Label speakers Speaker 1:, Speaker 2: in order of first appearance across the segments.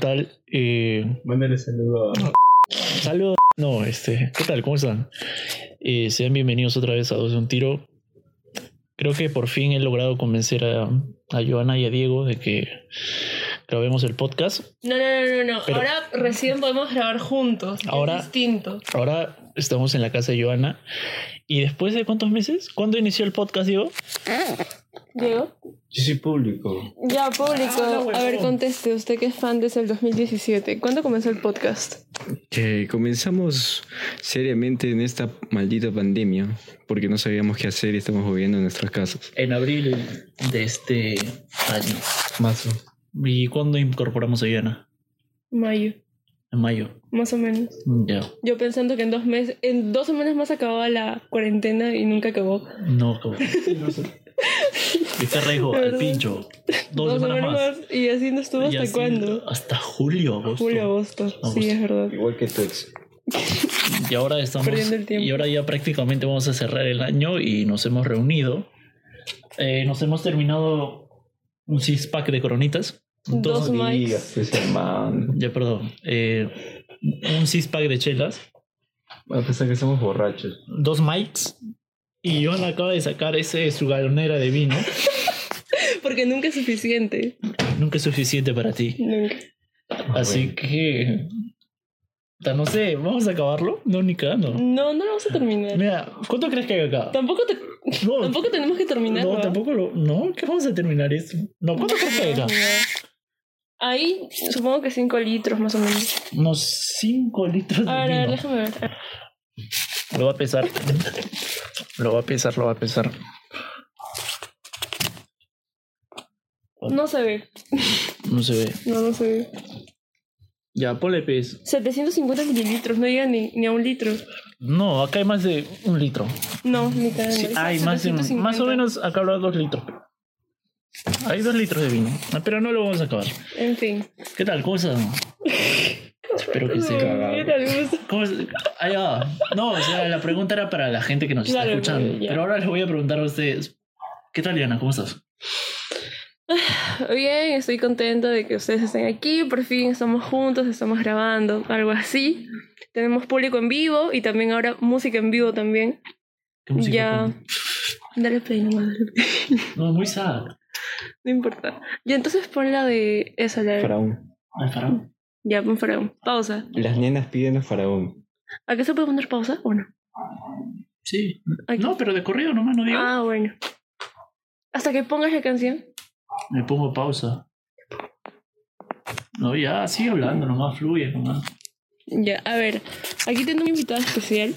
Speaker 1: tal? Eh,
Speaker 2: Mándale saludo a.
Speaker 1: saludos. No, este, ¿qué tal? ¿Cómo están? Eh, sean bienvenidos otra vez a Dos de un Tiro. Creo que por fin he logrado convencer a, a Joana y a Diego de que grabemos el podcast.
Speaker 3: No, no, no, no. no.
Speaker 1: Pero-
Speaker 3: ahora recién podemos grabar juntos. que es
Speaker 1: Ahora-
Speaker 3: distinto.
Speaker 1: Ahora estamos en la casa de Joana. ¿Y después de cuántos meses? ¿Cuándo inició el podcast, Diego?
Speaker 4: Diego.
Speaker 2: Yo soy público.
Speaker 4: Ya, público.
Speaker 1: Ah, no,
Speaker 4: a ver,
Speaker 1: huevón.
Speaker 4: conteste. Usted que es fan desde el 2017. ¿Cuándo comenzó el podcast?
Speaker 5: Que Eh, comenzamos seriamente en esta maldita pandemia porque no sabíamos qué hacer y estamos viviendo en nuestras casas.
Speaker 1: En abril de este año.
Speaker 2: Mazo.
Speaker 1: ¿Y cuándo incorporamos a Joana?
Speaker 4: Mayo,
Speaker 1: En mayo.
Speaker 4: más o menos.
Speaker 1: Ya.
Speaker 4: Yo pensando que en dos meses, en dos semanas más acababa la cuarentena y nunca acabó.
Speaker 1: No, como. Viste Reijo,
Speaker 4: De
Speaker 1: al
Speaker 4: verdad.
Speaker 1: pincho. Dos, semanas más.
Speaker 4: y así no estuvo
Speaker 1: Y
Speaker 4: hasta
Speaker 1: así
Speaker 4: cuándo.
Speaker 1: Hasta julio, agosto.
Speaker 4: Julio, agosto. Sí,
Speaker 1: Agosto.
Speaker 4: es verdad.
Speaker 2: Igual que tu ex.
Speaker 1: Y ahora estamos.
Speaker 4: Perdiendo el tiempo.
Speaker 1: Y ahora ya prácticamente vamos a cerrar el año y nos hemos reunido. Eh, nos hemos terminado un six pack de coronitas.
Speaker 4: Dos
Speaker 2: No
Speaker 4: mics.
Speaker 2: digas, pues hermano.
Speaker 1: Ya, perdón. Eh, un six pack de chelas.
Speaker 2: A pesar que somos borrachos.
Speaker 1: dos mics y Joan acaba de sacar ese su galonera de vino.
Speaker 4: Porque nunca es suficiente.
Speaker 1: Nunca es suficiente para ti.
Speaker 4: Nunca.
Speaker 1: Así que. puta, No sé, vamos a acabarlo. No, ni cagando.
Speaker 4: No, no lo vamos a terminar.
Speaker 1: Mira, ¿cuánto crees que haga acá?
Speaker 4: Tampoco, te-
Speaker 1: No,
Speaker 4: tampoco ¿eh? tenemos que terminar.
Speaker 1: no, tampoco lo. No, ¿qué vamos a terminar esto? No, ¿cuánto crees que haga acá?
Speaker 4: Ahí supongo que 5 litros más o menos.
Speaker 1: Unos 5 litros de
Speaker 4: Mm. A ver, a ver,
Speaker 1: vino.
Speaker 4: déjame ver.
Speaker 1: Lo va a pesar. Lo va a pesar, lo va a pesar.
Speaker 4: No se ve.
Speaker 1: No se ve.
Speaker 4: No, no se ve.
Speaker 1: Ya, ponle pez.
Speaker 4: 750 mililitros, no llega ni, ni a un litro.
Speaker 1: No, acá hay más de un litro.
Speaker 4: No, ni cada
Speaker 1: Sí,
Speaker 4: vez.
Speaker 1: hay más, de-
Speaker 4: 750.
Speaker 1: más o menos acá habrá dos litros. Hay dos litros de vino, ah, pero no lo vamos a acabar.
Speaker 4: En fin.
Speaker 1: ¿Qué tal? ¿Cómo estás? Espero que
Speaker 4: Ay,
Speaker 1: se
Speaker 2: cagado.
Speaker 4: ¿Qué tal? ¿Cómo está?
Speaker 1: ¿Cómo es- Ahí va. No, o sea, la pregunta era para la gente que nos
Speaker 4: Claro,
Speaker 1: está escuchando.
Speaker 4: ya.
Speaker 1: Pero ahora les voy a preguntar a ustedes. ¿Qué tal, Diana? ¿Cómo estás?
Speaker 4: Bien, estoy contenta de que ustedes estén aquí. Por fin estamos juntos, estamos grabando, algo así. Tenemos público en vivo y también ahora música en vivo también.
Speaker 1: ¿Qué música
Speaker 4: ya.
Speaker 1: pones?
Speaker 4: Dale play nomás, dale play.
Speaker 1: No, muy sad.
Speaker 4: No importa. Y entonces pon la de esa, la de-
Speaker 5: Faraón.
Speaker 1: Ay, faraón.
Speaker 4: Ya, pon faraón. Pausa.
Speaker 5: Las nenas piden a Faraón.
Speaker 4: ¿A qué se puede poner pausa o no?
Speaker 1: Sí.
Speaker 4: Aquí.
Speaker 1: No, pero de corrido nomás no digo.
Speaker 4: Ah, bueno. Hasta que pongas la canción.
Speaker 1: Me pongo pausa. No, ya, sigue hablando, nomás fluye, nomás.
Speaker 4: Ya, a ver, aquí tengo un invitado especial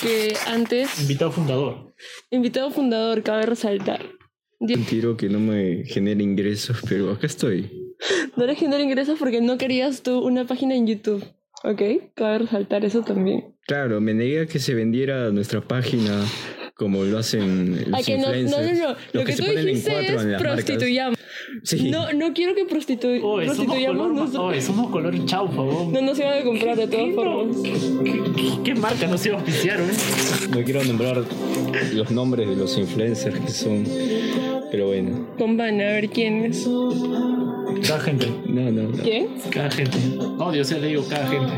Speaker 4: que antes,
Speaker 1: Invitado fundador.
Speaker 4: invitado fundador, cabe resaltar. Die-
Speaker 5: Un tiro que no me genera ingresos, pero acá estoy.
Speaker 4: No le generó ingresos porque no querías tú una página en YouTube, ¿ok? Cabe resaltar eso también.
Speaker 5: Claro, me negué a que se vendiera nuestra página como lo hacen
Speaker 4: A
Speaker 5: los
Speaker 4: que no, no, no,
Speaker 5: influencers.
Speaker 4: no, lo
Speaker 5: los
Speaker 4: que
Speaker 5: se
Speaker 4: tú
Speaker 5: ponen en
Speaker 4: dijiste
Speaker 5: cuatro
Speaker 4: es
Speaker 5: en las marcas.
Speaker 4: prostituyamos.
Speaker 5: Sí.
Speaker 4: No, no quiero que prostitu-
Speaker 1: Oye, somos
Speaker 4: prostituyamos
Speaker 1: color,
Speaker 4: nosotros.
Speaker 1: oye, somos color chaufa, weón.
Speaker 4: No nos iban a comprar de todas formas.
Speaker 1: ¿Qué, qué marca nos iba a auspiciar, weón?
Speaker 5: no quiero nombrar los nombres de los influencers que son. Pero bueno.
Speaker 4: Con van, a ver quién es.
Speaker 1: Cada gente,
Speaker 5: No, no, no.
Speaker 4: ¿Quién?
Speaker 1: cada gente. No, yo sé, le digo cada gente.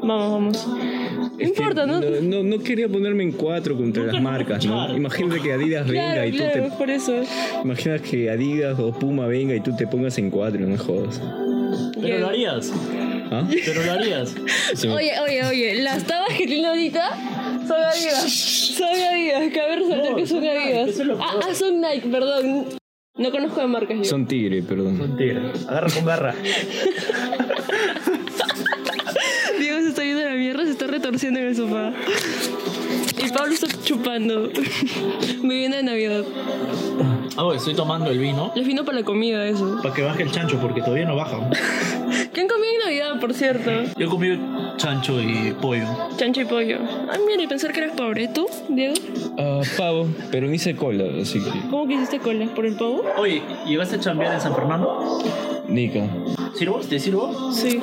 Speaker 4: Vamos, vamos. No
Speaker 5: Es que
Speaker 4: importa, ¿no?
Speaker 5: No, no, no quería ponerme en cuatro contra
Speaker 1: Nunca
Speaker 5: las
Speaker 1: nos va a
Speaker 5: marcas,
Speaker 1: escuchar.
Speaker 5: ¿no? Imagínate que Adidas venga
Speaker 4: Claro,
Speaker 5: y tú
Speaker 4: claro, por eso.
Speaker 5: te. Imaginas que Adidas o Puma venga y tú te pongas en cuatro, no jodas.
Speaker 1: Pero lo harías,
Speaker 5: ¿Ah?
Speaker 1: pero lo harías.
Speaker 5: Sí.
Speaker 4: Oye, oye, oye, las tabas que tiene ahorita son Adidas. Son Adidas, cabe resaltar
Speaker 1: No,
Speaker 4: que son
Speaker 1: son Nike,
Speaker 4: Adidas.
Speaker 1: eso es lo
Speaker 4: ah,
Speaker 1: peor.
Speaker 4: ah, son Nike, perdón. No conozco de marcas yo.
Speaker 5: Son tigre, perdón.
Speaker 1: Mentira, agarra con garra.
Speaker 4: Diego se está yendo a la mierda, se está retorciendo en el sofá. Y Pablo está chupando. Mi viene de Navidad.
Speaker 1: Ah, oye, estoy tomando el vino.
Speaker 4: Les vino para la comida eso.
Speaker 1: Para que baje el chancho, porque todavía no baja. weón.
Speaker 4: ¿Quién comía en Navidad, por cierto?
Speaker 1: Yo comí chancho y pollo.
Speaker 4: Chancho y pollo. Ay, mira, y pensar que eras pobre. ¿Tú, Diego?
Speaker 5: Ah, pavo, pero me hice cola, así que.
Speaker 4: ¿Cómo que hiciste colas? ¿Por el pavo?
Speaker 1: Oye, ¿llegaste a chambear en San Fernando?
Speaker 5: Nica.
Speaker 1: ¿Sirvo? ¿Te sirvo?
Speaker 4: Sí.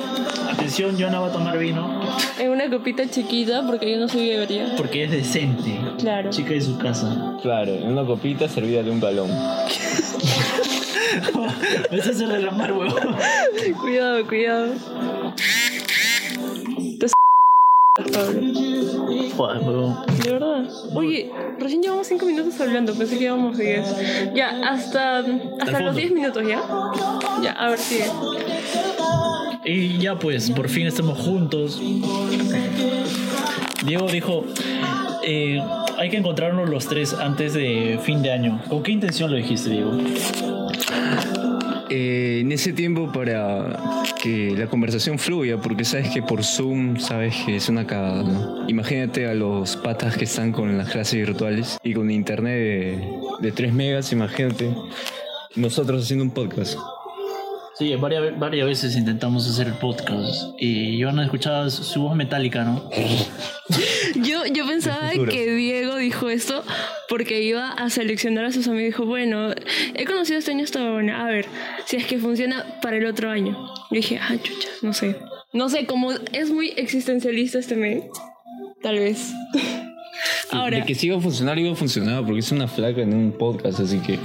Speaker 1: Atención, Joana va a tomar vino
Speaker 4: En una copita chiquita porque yo no soy bebería.
Speaker 1: porque es decente.
Speaker 4: Claro.
Speaker 1: Chica de su casa.
Speaker 5: Claro, en una copita servida de un galón.
Speaker 1: Me vas a hacer relamar, huevón.
Speaker 4: Cuidado, cuidado. Te s- Pablo.
Speaker 1: Joder, huevón.
Speaker 4: De verdad. Oye, recién llevamos 5 minutos hablando, pensé que íbamos 10. Ya, hasta, hasta
Speaker 1: fondo.
Speaker 4: los 10 minutos, ¿ya? Ya, a ver, sigue.
Speaker 1: Y ya pues, por fin estamos juntos. Diego dijo, eh, hay que encontrarnos los tres antes de fin de año. ¿Con qué intención lo dijiste, Diego?
Speaker 5: Eh, en ese tiempo para que la conversación fluya, porque sabes que por Zoom sabes que es una cagada, ¿no? Imagínate a los patas que están con las clases virtuales y con internet de, de 3 megas, imagínate nosotros haciendo un podcast.
Speaker 1: Sí, varias, varias veces intentamos hacer el podcast y yo no escuchaba su su voz metálica, ¿no?
Speaker 4: Yo, yo pensaba
Speaker 5: futuro.
Speaker 4: que Diego dijo esto porque iba a seleccionar a sus amigos y dijo, bueno, he conocido este año esta buena, a ver, si es que funciona para el otro año. Yo dije, ah, chucha, no sé. No sé, como es muy existencialista este mes, tal vez. Ahora,
Speaker 5: De que si iba a funcionar, iba a funcionar, porque es una flaca en un podcast, así que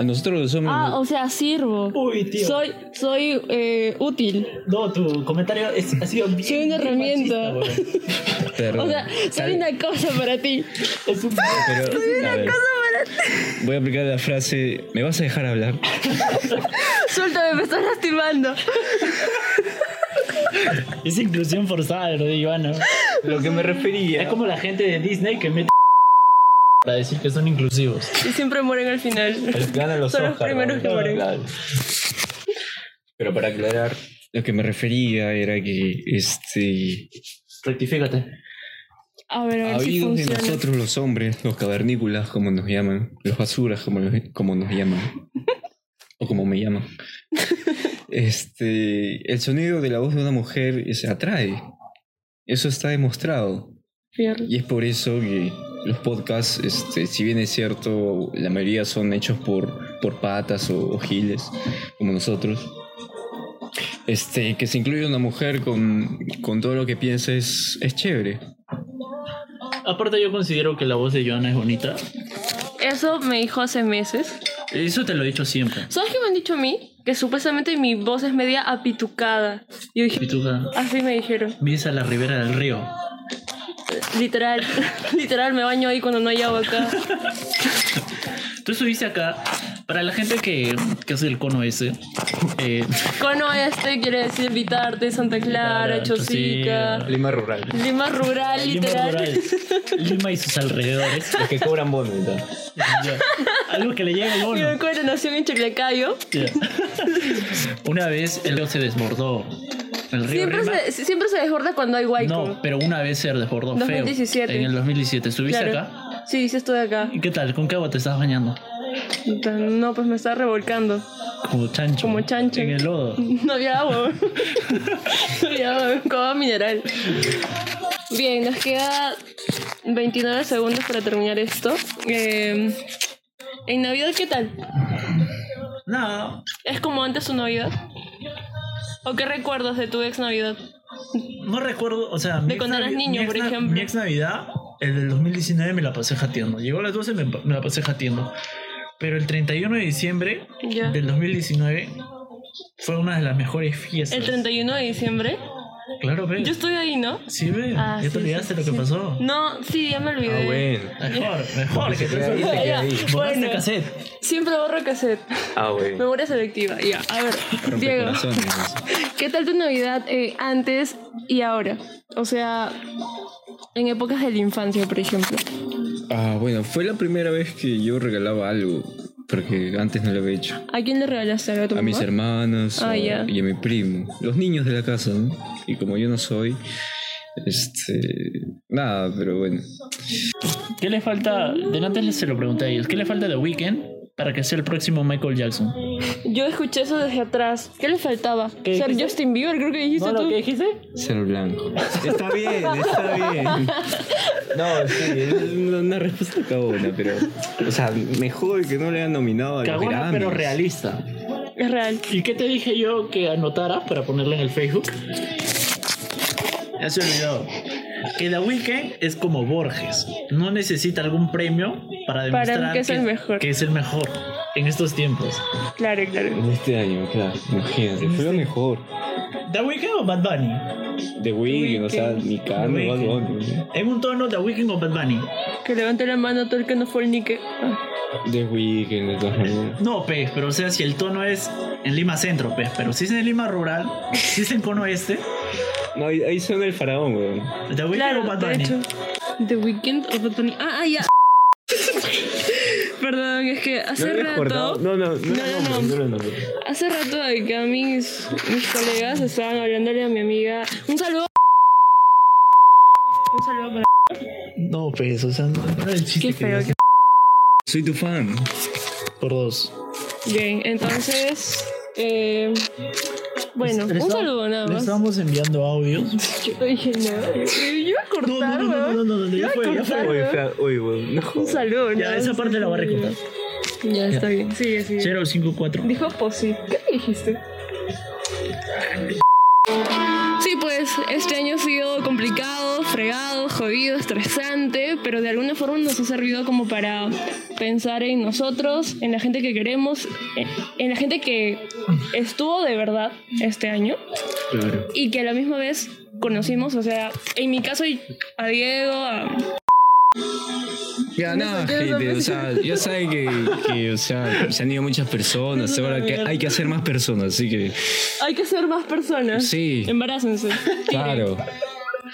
Speaker 5: a nosotros los hombres...
Speaker 4: ah, o sea, sirvo.
Speaker 1: Uy, tío.
Speaker 4: Soy, soy eh, útil.
Speaker 1: No, tu comentario es- ha sido bien...
Speaker 4: Soy una herramienta.
Speaker 1: machista, huevón.
Speaker 5: Perdón.
Speaker 4: O sea, soy
Speaker 5: Tal-
Speaker 4: una cosa para ti.
Speaker 1: es un...
Speaker 5: pero- a ver, Voy a aplicar la frase, ¿me vas a dejar hablar?
Speaker 4: Suéltame, me estás lastimando.
Speaker 1: Es inclusión forzada lo de Ivana.
Speaker 5: Lo que me refería...
Speaker 1: Es como la gente de Disney que mete... Para decir que son inclusivos.
Speaker 4: Y siempre mueren al final.
Speaker 5: Ganan los
Speaker 4: Son los primeros que mueren.
Speaker 2: Pero para aclarar,
Speaker 5: Lo que me refería era que este
Speaker 1: Rectifícate.
Speaker 4: A ver, a ver
Speaker 5: ha
Speaker 4: si
Speaker 5: habido de
Speaker 4: funciona.
Speaker 5: nosotros los hombres, los cavernícolas como nos llaman, los basuras como, los- como nos llaman o como me llaman. Este, el sonido de la voz de una mujer se atrae. Eso está demostrado
Speaker 4: Fierro.
Speaker 5: y es por eso que los podcasts, este, si bien es cierto, la mayoría son hechos por, por patas o, o giles, como nosotros. Este, que se incluya una mujer con, con todo lo que piensa es, es chévere.
Speaker 1: Aparte yo considero que la voz de Joana es bonita.
Speaker 4: Eso me dijo hace meses.
Speaker 1: Eso te lo he dicho siempre.
Speaker 4: ¿Sabes qué me han dicho a mí? Que supuestamente mi voz es media apitucada. Yo dije,
Speaker 1: Pituca,
Speaker 4: así me dijeron.
Speaker 1: vienes a la ribera del río.
Speaker 4: Literal, literal, me baño ahí cuando no hay agua acá.
Speaker 1: Tú estuviste acá. Para la gente que, que hace el cono ese, eh,
Speaker 4: Cono este quiere decir Vitarte, Santa Clara,
Speaker 1: Clara,
Speaker 4: Chosica,
Speaker 1: Chosica.
Speaker 2: clima rural.
Speaker 4: Lima rural,
Speaker 1: Lima,
Speaker 4: literal.
Speaker 1: rural, Lima y sus alrededores.
Speaker 2: Los que cobran bono y tal.
Speaker 1: Ya. Algo que le llega el
Speaker 4: Y
Speaker 1: bono.
Speaker 4: me acuerdo, nació en Chaclacayo.
Speaker 1: Ya. Una vez el río se desbordó. El río
Speaker 4: Siempre
Speaker 1: Rema-
Speaker 4: se, siempre se desborda cuando hay guayco.
Speaker 1: No, pero una vez se desbordó
Speaker 4: 2017.
Speaker 1: feo. En el 2017. ¿Estuviste
Speaker 4: Claro.
Speaker 1: acá?
Speaker 4: Sí, sí estoy acá.
Speaker 1: ¿Y qué tal? ¿Con qué agua te estás bañando?
Speaker 4: Puta, No, pues me estaba revolcando.
Speaker 1: Como chancho.
Speaker 4: Como chancho.
Speaker 1: En el lodo.
Speaker 4: No había agua. no había agua, con agua mineral. Bien, nos queda 29 segundos para terminar esto. Eh, ¿En Navidad qué tal?
Speaker 1: Nada.
Speaker 4: ¿Es como antes tu Navidad? ¿O qué recuerdos de tu ex Navidad?
Speaker 1: No recuerdo, o sea... mi ex
Speaker 4: cuando eras
Speaker 1: navi-
Speaker 4: niño,
Speaker 1: mi ex
Speaker 4: por
Speaker 1: na-
Speaker 4: ejemplo.
Speaker 1: Mi ex Navidad, el del 2019 me la pasé jateando. Llegó a las 12 me, me la pasé jateando. Pero el 31 de diciembre
Speaker 4: Ya.
Speaker 1: del 2019 fue una de las mejores fiestas.
Speaker 4: El 31 de diciembre.
Speaker 1: Claro, ve.
Speaker 4: Yo estoy ahí, ¿no?
Speaker 1: Sí, ve.
Speaker 4: Ah,
Speaker 1: ya
Speaker 4: sí,
Speaker 1: te olvidaste
Speaker 4: sí,
Speaker 1: lo que
Speaker 4: sí.
Speaker 1: pasó.
Speaker 4: No, sí, ya me olvidé.
Speaker 2: Ah, bueno.
Speaker 1: Mejor, mejor. que te
Speaker 2: Ahí se queda ahí.
Speaker 4: Ya,
Speaker 1: Borraste
Speaker 4: bueno,
Speaker 1: cassette.
Speaker 4: siempre borro cassette.
Speaker 2: Ah, bueno.
Speaker 4: Memoria selectiva, ya. A ver,
Speaker 5: Rompe
Speaker 4: Diego.
Speaker 5: corazones.
Speaker 4: ¿Qué tal tu Navidad eh, antes y ahora? O sea, en épocas de la infancia, por ejemplo.
Speaker 5: Ah, bueno, fue la primera vez que yo regalaba algo, porque antes no lo había hecho.
Speaker 4: ¿A quién le regalaste algo a tu
Speaker 5: A
Speaker 4: mamá?
Speaker 5: mis hermanos
Speaker 4: Ah,
Speaker 5: a-
Speaker 4: ya.
Speaker 5: y a mi primo, los niños de la casa, ¿no? Y como yo no soy, este, nada, pero bueno.
Speaker 1: ¿Qué le falta? Delante les se lo pregunté a ellos. ¿Qué le falta de Weekend para que sea el próximo Michael Jackson?
Speaker 4: Yo escuché eso desde atrás. ¿Qué le faltaba?
Speaker 1: ¿Qué
Speaker 4: Ser
Speaker 1: dijiste?
Speaker 4: Justin Bieber, creo que dijiste tú.
Speaker 1: dijiste?
Speaker 5: Ser blanco. Está bien, está bien.
Speaker 2: No, sí.
Speaker 5: Es una, una respuesta cagona, pero. O sea, me jode que no le hayan nominado a los
Speaker 1: Cagona, pero
Speaker 5: Grammys.
Speaker 1: realista.
Speaker 4: Es real.
Speaker 1: ¿Y qué te dije yo que anotaras para ponerle en el Facebook? Ya se olvidó. que The Weeknd es como Borges. No necesita algún premio para
Speaker 4: Para
Speaker 1: demostrar
Speaker 4: que es el mejor.
Speaker 1: que es el mejor en estos tiempos.
Speaker 4: Claro, claro.
Speaker 5: En este año, claro, imagínate, fue lo mejor.
Speaker 1: ¿The Weeknd o Bad Bunny?
Speaker 5: The Weeknd, o sea, ni Kanye,
Speaker 1: The
Speaker 5: Bad
Speaker 1: Weeknd.
Speaker 5: Bunny.
Speaker 1: En un tono, The Weeknd o Bad Bunny.
Speaker 4: Que levante la mano todo el que no fue el Nike. Ah,
Speaker 5: The Weeknd, de todas maneras.
Speaker 1: No, pez, pero o sea, si el tono es en Lima Centro, pez, pero si es en Lima Rural, si es en Cono Este,
Speaker 5: No, ahí, ahí suena el faraón, weón.
Speaker 1: The Weeknd o
Speaker 4: Claro,
Speaker 1: Bad
Speaker 4: de
Speaker 1: Bunny.
Speaker 4: hecho. The Weeknd o Bad Bunny. Ah, ah, ya. Perdón, es que hace rato.
Speaker 5: No, no, no,
Speaker 4: No, no,
Speaker 5: no, no,
Speaker 4: no.
Speaker 5: no, no, no.
Speaker 4: Hace rato de que a mis, mis colegas estaban hablándole a mi amiga. Un saludo. Un saludo para.
Speaker 1: No, pez, o sea, no, no el chiste
Speaker 4: Qué
Speaker 1: que
Speaker 4: feo.
Speaker 1: digas.
Speaker 4: qué-
Speaker 5: Soy tu fan.
Speaker 1: por dos.
Speaker 4: Bien, entonces. eh, bueno,
Speaker 1: Les- les
Speaker 4: un
Speaker 1: estamos-
Speaker 4: saludo nada
Speaker 1: Le
Speaker 4: más.
Speaker 1: estábamos enviando audios.
Speaker 4: Yo dije, no, yo iba a
Speaker 1: No, no,
Speaker 4: cortar,
Speaker 1: no, no, no, no, no,
Speaker 4: Iba
Speaker 1: ya
Speaker 4: a
Speaker 1: fue, ya
Speaker 4: cortar,
Speaker 1: fue.
Speaker 5: Uy,
Speaker 4: weón.
Speaker 5: fea- uy, weón,
Speaker 4: Un
Speaker 5: no jodas.
Speaker 4: saludo,
Speaker 1: Ya,
Speaker 4: ¿no?
Speaker 1: esa parte la voy a recortar.
Speaker 4: Ya, está bien, sigue, sigue.
Speaker 1: 054.
Speaker 4: Dijo posi. ¿Qué dijiste? Sí, pues este año ha sido complicado, fregado, jodido, estresante, pero de alguna forma nos ha servido como para pensar en nosotros, en la gente que queremos, en- en la gente que estuvo de verdad este año
Speaker 5: Claro.
Speaker 4: y que a la misma vez conocimos, o sea, en mi caso a Diego, a...
Speaker 5: Ya, nada, gente, o sea, ya saben que, que, o sea, se han ido muchas personas, ahora que hay que hacer más personas, así que,
Speaker 4: hay que ser más personas.
Speaker 5: Sí.
Speaker 4: Embarácense.
Speaker 5: claro.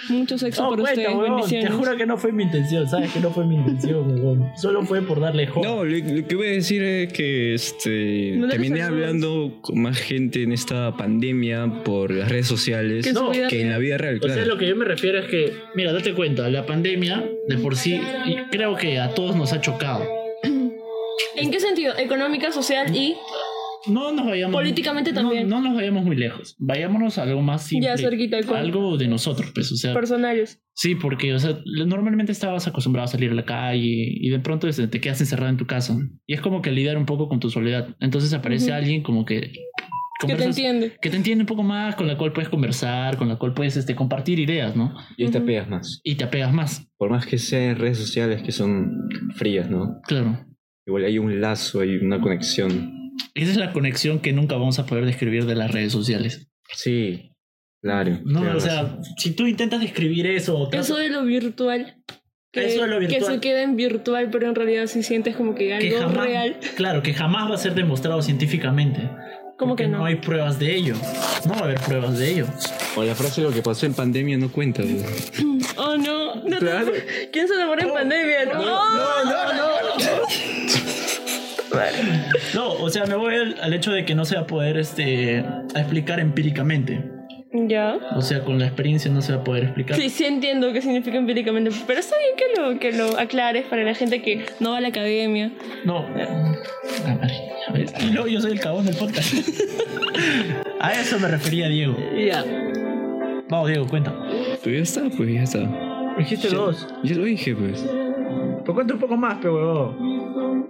Speaker 4: Mucho sexo
Speaker 1: No,
Speaker 4: por
Speaker 1: cuenta,
Speaker 4: ustedes.
Speaker 1: huevón, Te
Speaker 4: bendiciones.
Speaker 1: juro que no fue mi intención, sabes que no fue mi intención, huevón. Solo fue por darle joda.
Speaker 5: No, lo, lo que voy a decir es que este,
Speaker 4: No le
Speaker 5: terminé
Speaker 4: saludos.
Speaker 5: hablando con más gente en esta pandemia por las redes sociales
Speaker 4: Que
Speaker 1: No,
Speaker 4: su vida
Speaker 5: que en la vida real,
Speaker 1: O sea,
Speaker 5: claro.
Speaker 1: lo que yo me refiero es que, mira, date cuenta, la pandemia de por sí y creo que a todos nos ha chocado.
Speaker 4: ¿En qué sentido? Económica, social y
Speaker 1: No nos vayamos.
Speaker 4: Políticamente
Speaker 1: no-
Speaker 4: también.
Speaker 1: No, nos vayamos muy lejos. Vayámonos a algo más simple.
Speaker 4: Ya, cerquita, ¿cuál?
Speaker 1: Algo de nosotros, pues, o sea.
Speaker 4: personales.
Speaker 1: Sí, porque, o sea, normalmente estabas acostumbrado a salir a la calle y de pronto este, te quedas encerrado en tu casa. Y es como que lidiar un poco con tu soledad. Entonces aparece
Speaker 4: Ujú.
Speaker 1: alguien como que.
Speaker 4: Que te
Speaker 1: conversas-
Speaker 4: entiende.
Speaker 1: que te entiende un poco más, con la cual puedes conversar, con la cual puedes este, compartir ideas, ¿no?
Speaker 5: Y te pegas más.
Speaker 1: Y te apegas más,
Speaker 5: Por más que sea en redes sociales que son frías, ¿no?
Speaker 1: claro.
Speaker 5: Igual hay un lazo, hay una conexión.
Speaker 1: Esa es la conexión que nunca vamos a poder describir de las redes sociales.
Speaker 5: Sí, claro.
Speaker 1: No,
Speaker 5: claro.
Speaker 1: o sea, si tú intentas describir eso, o tratas-
Speaker 4: Eso de lo virtual. Que,
Speaker 1: Eso de lo virtual.
Speaker 4: que se queda en virtual, pero en realidad sí sientes como que
Speaker 1: que
Speaker 4: algo
Speaker 1: jamás,
Speaker 4: real.
Speaker 1: claro, que jamás va a ser demostrado científicamente.
Speaker 4: Como
Speaker 1: Porque
Speaker 4: que no.
Speaker 1: hay pruebas de ello. No va a haber pruebas de ello.
Speaker 5: O la frase lo que pasó en pandemia no cuenta. güey.
Speaker 4: Oh, no. no te-
Speaker 5: Claro.
Speaker 4: ¿Quién se enamora en pandemia? No.
Speaker 1: No, o sea, me voy al, al hecho de que no se va a poder este, a explicar empíricamente.
Speaker 4: Ya.
Speaker 1: O sea, con la experiencia no se va a poder explicar.
Speaker 4: Sí, sí entiendo qué significa empíricamente, pero está bien que lo, que lo aclares para la gente que no va a la academia.
Speaker 1: No. Ah, madre, ya ves. Y luego yo soy el cabón del podcast. a eso me refería Diego.
Speaker 4: Ya.
Speaker 1: Vamos, Diego, cuenta.
Speaker 5: Pues ya está, pues ya está.
Speaker 1: Dijiste dos.
Speaker 5: Ya lo dije, pues.
Speaker 1: Pues cuenta un poco más, pero huevón.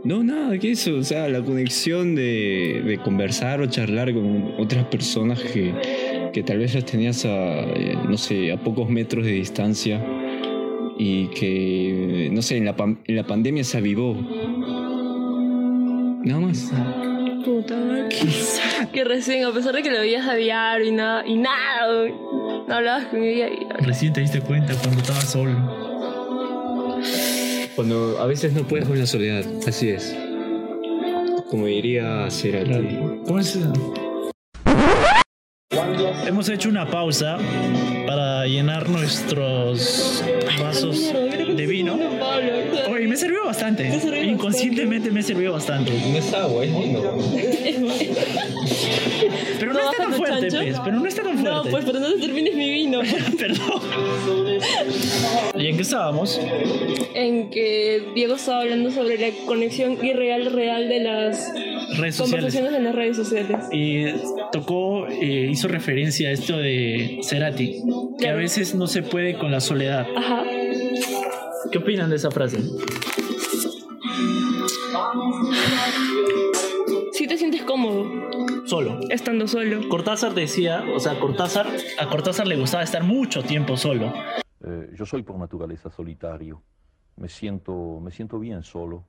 Speaker 5: No, nada, que eso, o sea, la conexión de, de conversar o charlar con otras personas que, que tal vez las tenías a, eh, no sé, a pocos metros de distancia y que, no sé, en la, pam- en la pandemia se avivó. Nada más.
Speaker 4: Puta madre. Que recién, a pesar de que lo veías a diario y nada, y nada, güey, no hablabas con ella. y-
Speaker 1: Recién te diste cuenta cuando estaba solo.
Speaker 5: Cuando a veces no puedes con la soledad, así es. Como diría Cerati.
Speaker 1: ¿Cómo es eso? Hemos hecho una pausa para llenar nuestros vasos de vino. Oye, me sirvió bastante. Inconscientemente me sirvió bastante.
Speaker 5: No es agua, es vino.
Speaker 1: Pero no,
Speaker 4: ¿No
Speaker 1: está tan
Speaker 4: bajas tu
Speaker 1: fuerte,
Speaker 4: chancho?
Speaker 1: pues. Pero no está tan
Speaker 4: No,
Speaker 1: fuerte.
Speaker 4: pues, pero no te termines mi vino.
Speaker 1: Perdón. ¿Y en qué estábamos?
Speaker 4: en que Diego estaba hablando sobre la conexión irreal, real de las
Speaker 1: Redes sociales.
Speaker 4: conversaciones en las redes sociales.
Speaker 1: Y tocó, eh, hizo referencia a esto de Cerati, que a
Speaker 4: Claro.
Speaker 1: veces no se puede con la soledad.
Speaker 4: Ajá.
Speaker 1: ¿Qué opinan de esa frase?
Speaker 4: Si te sientes cómodo
Speaker 1: Solo.
Speaker 4: estando solo.
Speaker 1: Cortázar decía, o sea, Cortázar, a Cortázar le gustaba estar mucho tiempo solo.
Speaker 6: Eh, yo soy por naturaleza solitario. Me siento, me siento bien solo.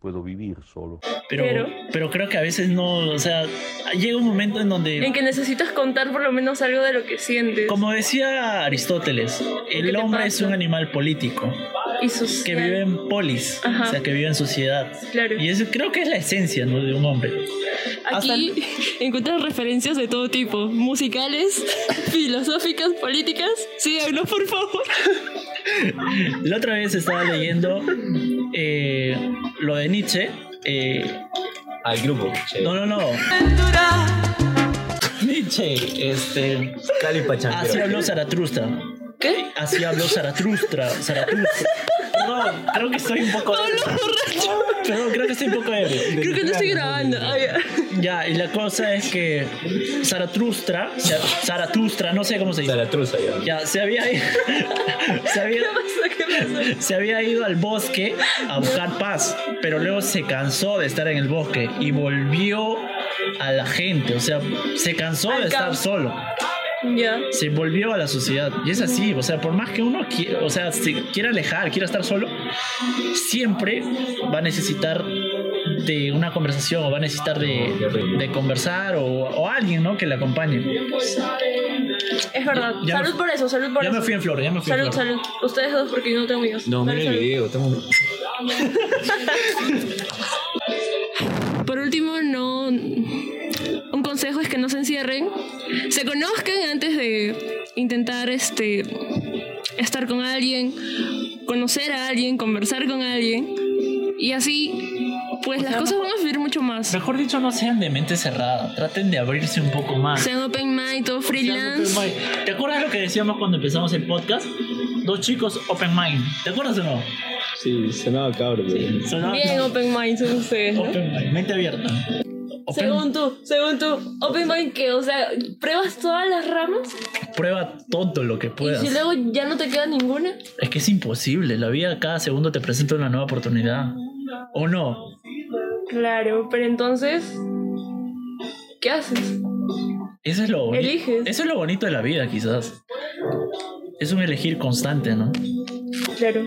Speaker 6: Puedo vivir solo.
Speaker 1: Pero, pero,
Speaker 4: Pero-
Speaker 1: creo que a veces no, o sea, llega un momento en donde,
Speaker 4: En que necesitas contar por lo menos algo de lo que sientes.
Speaker 1: como decía Aristóteles,
Speaker 4: ¿Qué
Speaker 1: el
Speaker 4: te
Speaker 1: hombre
Speaker 4: pasa?
Speaker 1: es un animal político
Speaker 4: y sus
Speaker 1: que vive en polis,
Speaker 4: Ajá.
Speaker 1: o sea, que vive en sociedad.
Speaker 4: Claro.
Speaker 1: Y eso creo que es la esencia ¿no? de un hombre. hasta
Speaker 4: Aquí encuentras referencias de todo tipo, musicales, filosóficas, políticas. Síganos, por favor.
Speaker 1: La otra vez estaba leyendo eh, lo de Nietzsche. eh,
Speaker 2: Al grupo. Che.
Speaker 1: no, no, no. Nietzsche, este.
Speaker 2: Cali Pachanquero.
Speaker 1: Así habló Zaratustra.
Speaker 4: ¿Qué?
Speaker 1: Así habló Zaratustra. Zaratustra. No, creo que estoy un poco. Perdón, creo que estoy un poco ebrio.
Speaker 4: Creo que no estoy grabando. Ah, ya.
Speaker 1: Ya, y la cosa es que Zaratustra, Zaratustra, no sé cómo se dice.
Speaker 2: Zaratruza ya.
Speaker 1: Ya, se había, se había,
Speaker 4: ¿Qué pasó?
Speaker 1: se había ido al bosque a buscar paz, pero luego se cansó de estar en el bosque y volvió a la gente, o sea, se cansó
Speaker 4: Al
Speaker 1: de estar
Speaker 4: campo.
Speaker 1: solo,
Speaker 4: Ya.
Speaker 1: se volvió a la sociedad. Y es así, o sea, por más que uno quiera, o sea, se quiera alejar, quiera estar solo, siempre va a necesitar de una conversación o va a necesitar de, de conversar o, o alguien, ¿no? Que le acompañe.
Speaker 4: Es verdad.
Speaker 1: Ya me-
Speaker 4: salud por eso, salud por
Speaker 1: Ya
Speaker 4: eso.
Speaker 1: me fui en flor, ya me fui en
Speaker 4: Salud,
Speaker 1: flor.
Speaker 4: salud. Ustedes dos porque yo no tengo amigos.
Speaker 2: No,
Speaker 4: Dale
Speaker 2: mira el
Speaker 4: salud.
Speaker 2: video. Estamos...
Speaker 4: Por último, no. Un consejo es que no se encierren, se conozcan antes de intentar este estar con alguien, conocer a alguien, conversar con alguien y así pues las cosas van a fluir mucho más.
Speaker 1: Mejor dicho, no sean de mente cerrada, traten de abrirse un poco más.
Speaker 4: Sean open mind, todo freelance.
Speaker 1: Open mind. ¿Te acuerdas lo que decíamos cuando empezamos el podcast? Dos chicos open mind. ¿Te acuerdas o no?
Speaker 2: Sí, sonaba cabrón.
Speaker 1: Sonaba-
Speaker 4: Bien open mind son ustedes. ¿no?
Speaker 1: Open mind, mente abierta. Open-
Speaker 4: Según tú, según tú, open mind que, o sea, pruebas todas las ramas
Speaker 1: Prueba todo lo que puedas.
Speaker 4: y si luego ya no te queda ninguna,
Speaker 1: Es que es imposible. La vida cada segundo te presenta una nueva oportunidad. ¿O no?
Speaker 4: claro, pero entonces ¿qué haces?
Speaker 1: Eso es lo bonito.
Speaker 4: Eliges.
Speaker 1: Eso es lo bonito de la vida, quizás. Es un elegir constante, ¿no?
Speaker 4: Claro.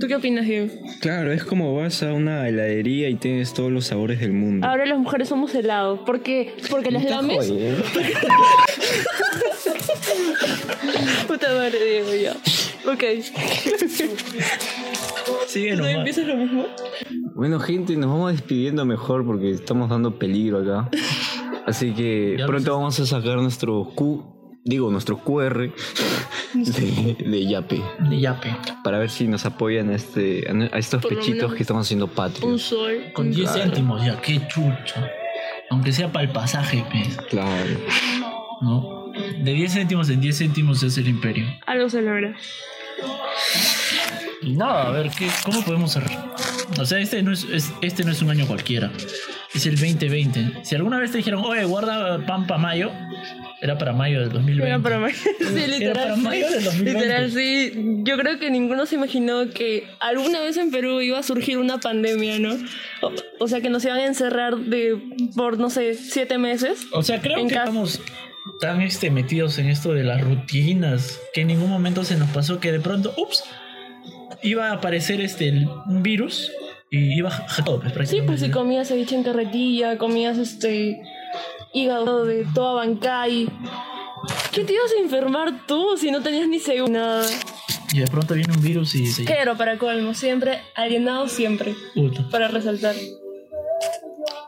Speaker 4: ¿Tú qué opinas, Diego?
Speaker 5: Claro, es como vas a una heladería y tienes todos los sabores del mundo.
Speaker 4: Ahora las mujeres somos helados. ¿Por qué? Porque Ah, las lames.
Speaker 5: ¿eh?
Speaker 4: Puta madre, Diego, ya. Ok.
Speaker 1: Sigue
Speaker 4: ¿No
Speaker 1: nomás.
Speaker 4: empiezas lo mismo?
Speaker 5: Bueno, gente, nos vamos despidiendo mejor porque estamos dando peligro acá. Así que
Speaker 1: Ya
Speaker 5: pronto vamos a sacar nuestro Q, digo, nuestro QR de, de Yape.
Speaker 1: De yape.
Speaker 5: Para ver si nos apoyan a, este, a n- a estos
Speaker 4: Por lo
Speaker 5: pechitos
Speaker 4: menos
Speaker 5: que estamos haciendo
Speaker 4: Un
Speaker 5: patrios.
Speaker 4: sol.
Speaker 1: Con 10 céntimos, ya, qué chucha. Aunque sea para el pasaje, pues,
Speaker 5: Claro.
Speaker 1: ¿no? De 10 céntimos en 10 céntimos es el imperio.
Speaker 4: Algo se logra.
Speaker 1: Y nada, a ver, ¿qué, ¿cómo podemos cerrar? O sea, este no es, es- este no es un año cualquiera. Es el 2020. Si alguna vez te dijeron, oye, guarda pan para mayo, era para mayo del 2020.
Speaker 4: Era para mayo. Sí,
Speaker 1: Era para
Speaker 4: literal.
Speaker 1: mayo del 2020.
Speaker 4: Literal, sí. Yo creo que ninguno se imaginó que alguna vez en Perú iba a surgir una pandemia, ¿no? O, o sea, que nos iban a encerrar de, por, no sé, siete meses.
Speaker 1: O sea, creo
Speaker 4: En
Speaker 1: que
Speaker 4: casa.
Speaker 1: estamos tan este, metidos en esto de las rutinas que en ningún momento se nos pasó que de pronto, ups, iba a aparecer este, el- un virus y iba a ja- todo, pues,
Speaker 4: Sí, pues
Speaker 1: prácticamente.
Speaker 4: si comías ceviche en carretilla, comías este hígado de toda bancay. ¿Qué te ibas a enfermar tú si no tenías ni seguro? Nada.
Speaker 1: Y de pronto viene un virus y se
Speaker 4: Pero para colmo, siempre alienado siempre,
Speaker 1: Puta.
Speaker 4: para resaltar.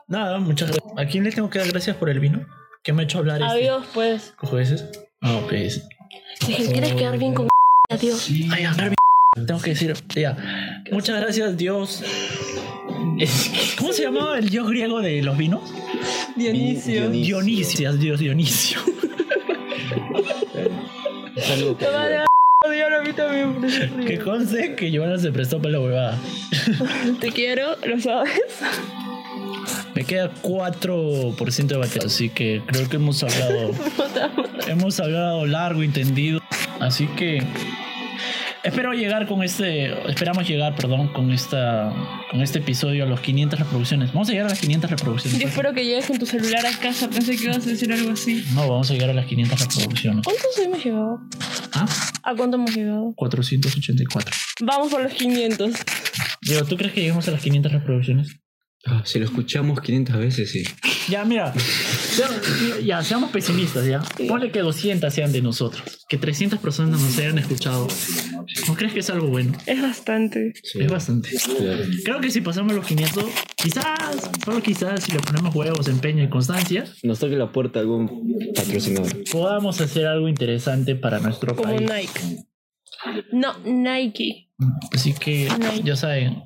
Speaker 1: Nada, muchas gracias. ¿A quién le tengo que dar gracias por el vino? Que me ha hecho hablar este?
Speaker 4: Adiós, pues.
Speaker 1: ¿Cojo ese? Ah, ok. ese.
Speaker 4: Si quieres quedar bien con adiós.
Speaker 1: Ay, a ver, mi- Tengo que decir, ya. Muchas gracias, Dios. Es- ¿Cómo se llamaba el dios griego de los vinos?
Speaker 4: Dionisio.
Speaker 1: Dionisio, Dios Dionisio.
Speaker 2: Saludos.
Speaker 4: Te van a odiar a mí también por ese
Speaker 1: Que
Speaker 4: río.
Speaker 1: conste que Giovanna se prestó para la huevada.
Speaker 4: Te quiero, lo sabes.
Speaker 1: Me queda 4% de batería, así que creo que hemos hablado. hemos hablado largo y tendido. Así que espero llegar con este. Esperamos llegar, perdón, con esta. Con este episodio a los 500 reproducciones. Vamos a llegar a las 500 reproducciones.
Speaker 4: Yo espero que llegues con tu celular a casa. Pensé que ibas a decir algo así.
Speaker 1: No, vamos a llegar a las 500 reproducciones.
Speaker 4: ¿Cuántos hemos llegado?
Speaker 1: ¿Ah?
Speaker 4: ¿A cuánto hemos llegado?
Speaker 1: 484.
Speaker 4: Vamos por los 500.
Speaker 1: Diego, ¿tú crees que lleguemos a las 500 reproducciones?
Speaker 5: Ah, si lo escuchamos 500 veces, sí.
Speaker 1: Ya, mira, sea- ya, seamos pesimistas, ya. Ponle que 200 sean de nosotros, que 300 personas nos hayan escuchado. ¿No crees que es algo bueno?
Speaker 4: Es bastante.
Speaker 1: Es bastante. Creo que si pasamos los 500, quizás, solo quizás, si le ponemos huevos, empeño y constancia,
Speaker 5: Nos toque la puerta algún patrocinador.
Speaker 1: podamos hacer algo interesante para nuestro
Speaker 4: Como
Speaker 1: país.
Speaker 4: Nike. No, Nike.
Speaker 1: Así que,
Speaker 4: Nike.
Speaker 1: ya saben,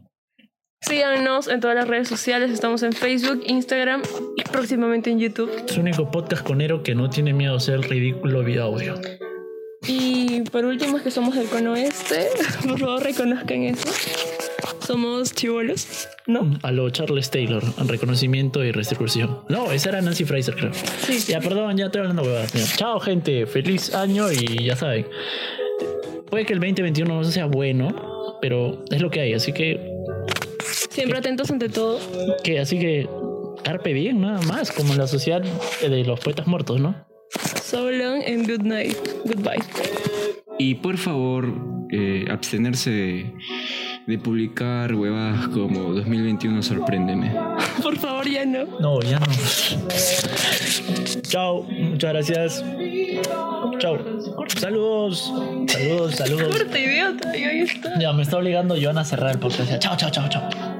Speaker 4: Síganos en todas las redes sociales. Estamos en Facebook, Instagram y próximamente en YouTube.
Speaker 1: es el único podcast conero que no tiene miedo a ser ridículo vía audio.
Speaker 4: Y por último, es que somos del cono este. Por favor, reconozcan eso. Somos chivolos.
Speaker 1: No. A lo Charles Taylor, reconocimiento y restitución. No, esa era Nancy Fraser, creo.
Speaker 4: Sí.
Speaker 1: Ya, perdón, ya estoy hablando huevadas. ya. Chao, gente. Feliz año y ya saben. Puede que el 2021 no sea bueno, pero es lo que hay. Así que,
Speaker 4: Siempre atentos ante todo.
Speaker 1: que así que carpe bien, nada más, como en la sociedad de los poetas muertos, ¿no?
Speaker 4: So long and good night. Goodbye.
Speaker 5: Y por favor, eh, abstenerse de, de publicar huevadas como 2021 sorpréndeme.
Speaker 4: Por favor, ya no.
Speaker 1: No, ya no. Chao, muchas gracias. Chao. Saludos. Saludos, saludos.
Speaker 4: Corta, idiota. Yo ahí está.
Speaker 1: Ya me está obligando Joana a cerrar el podcast. Ya, Chao, chao, chao, chao.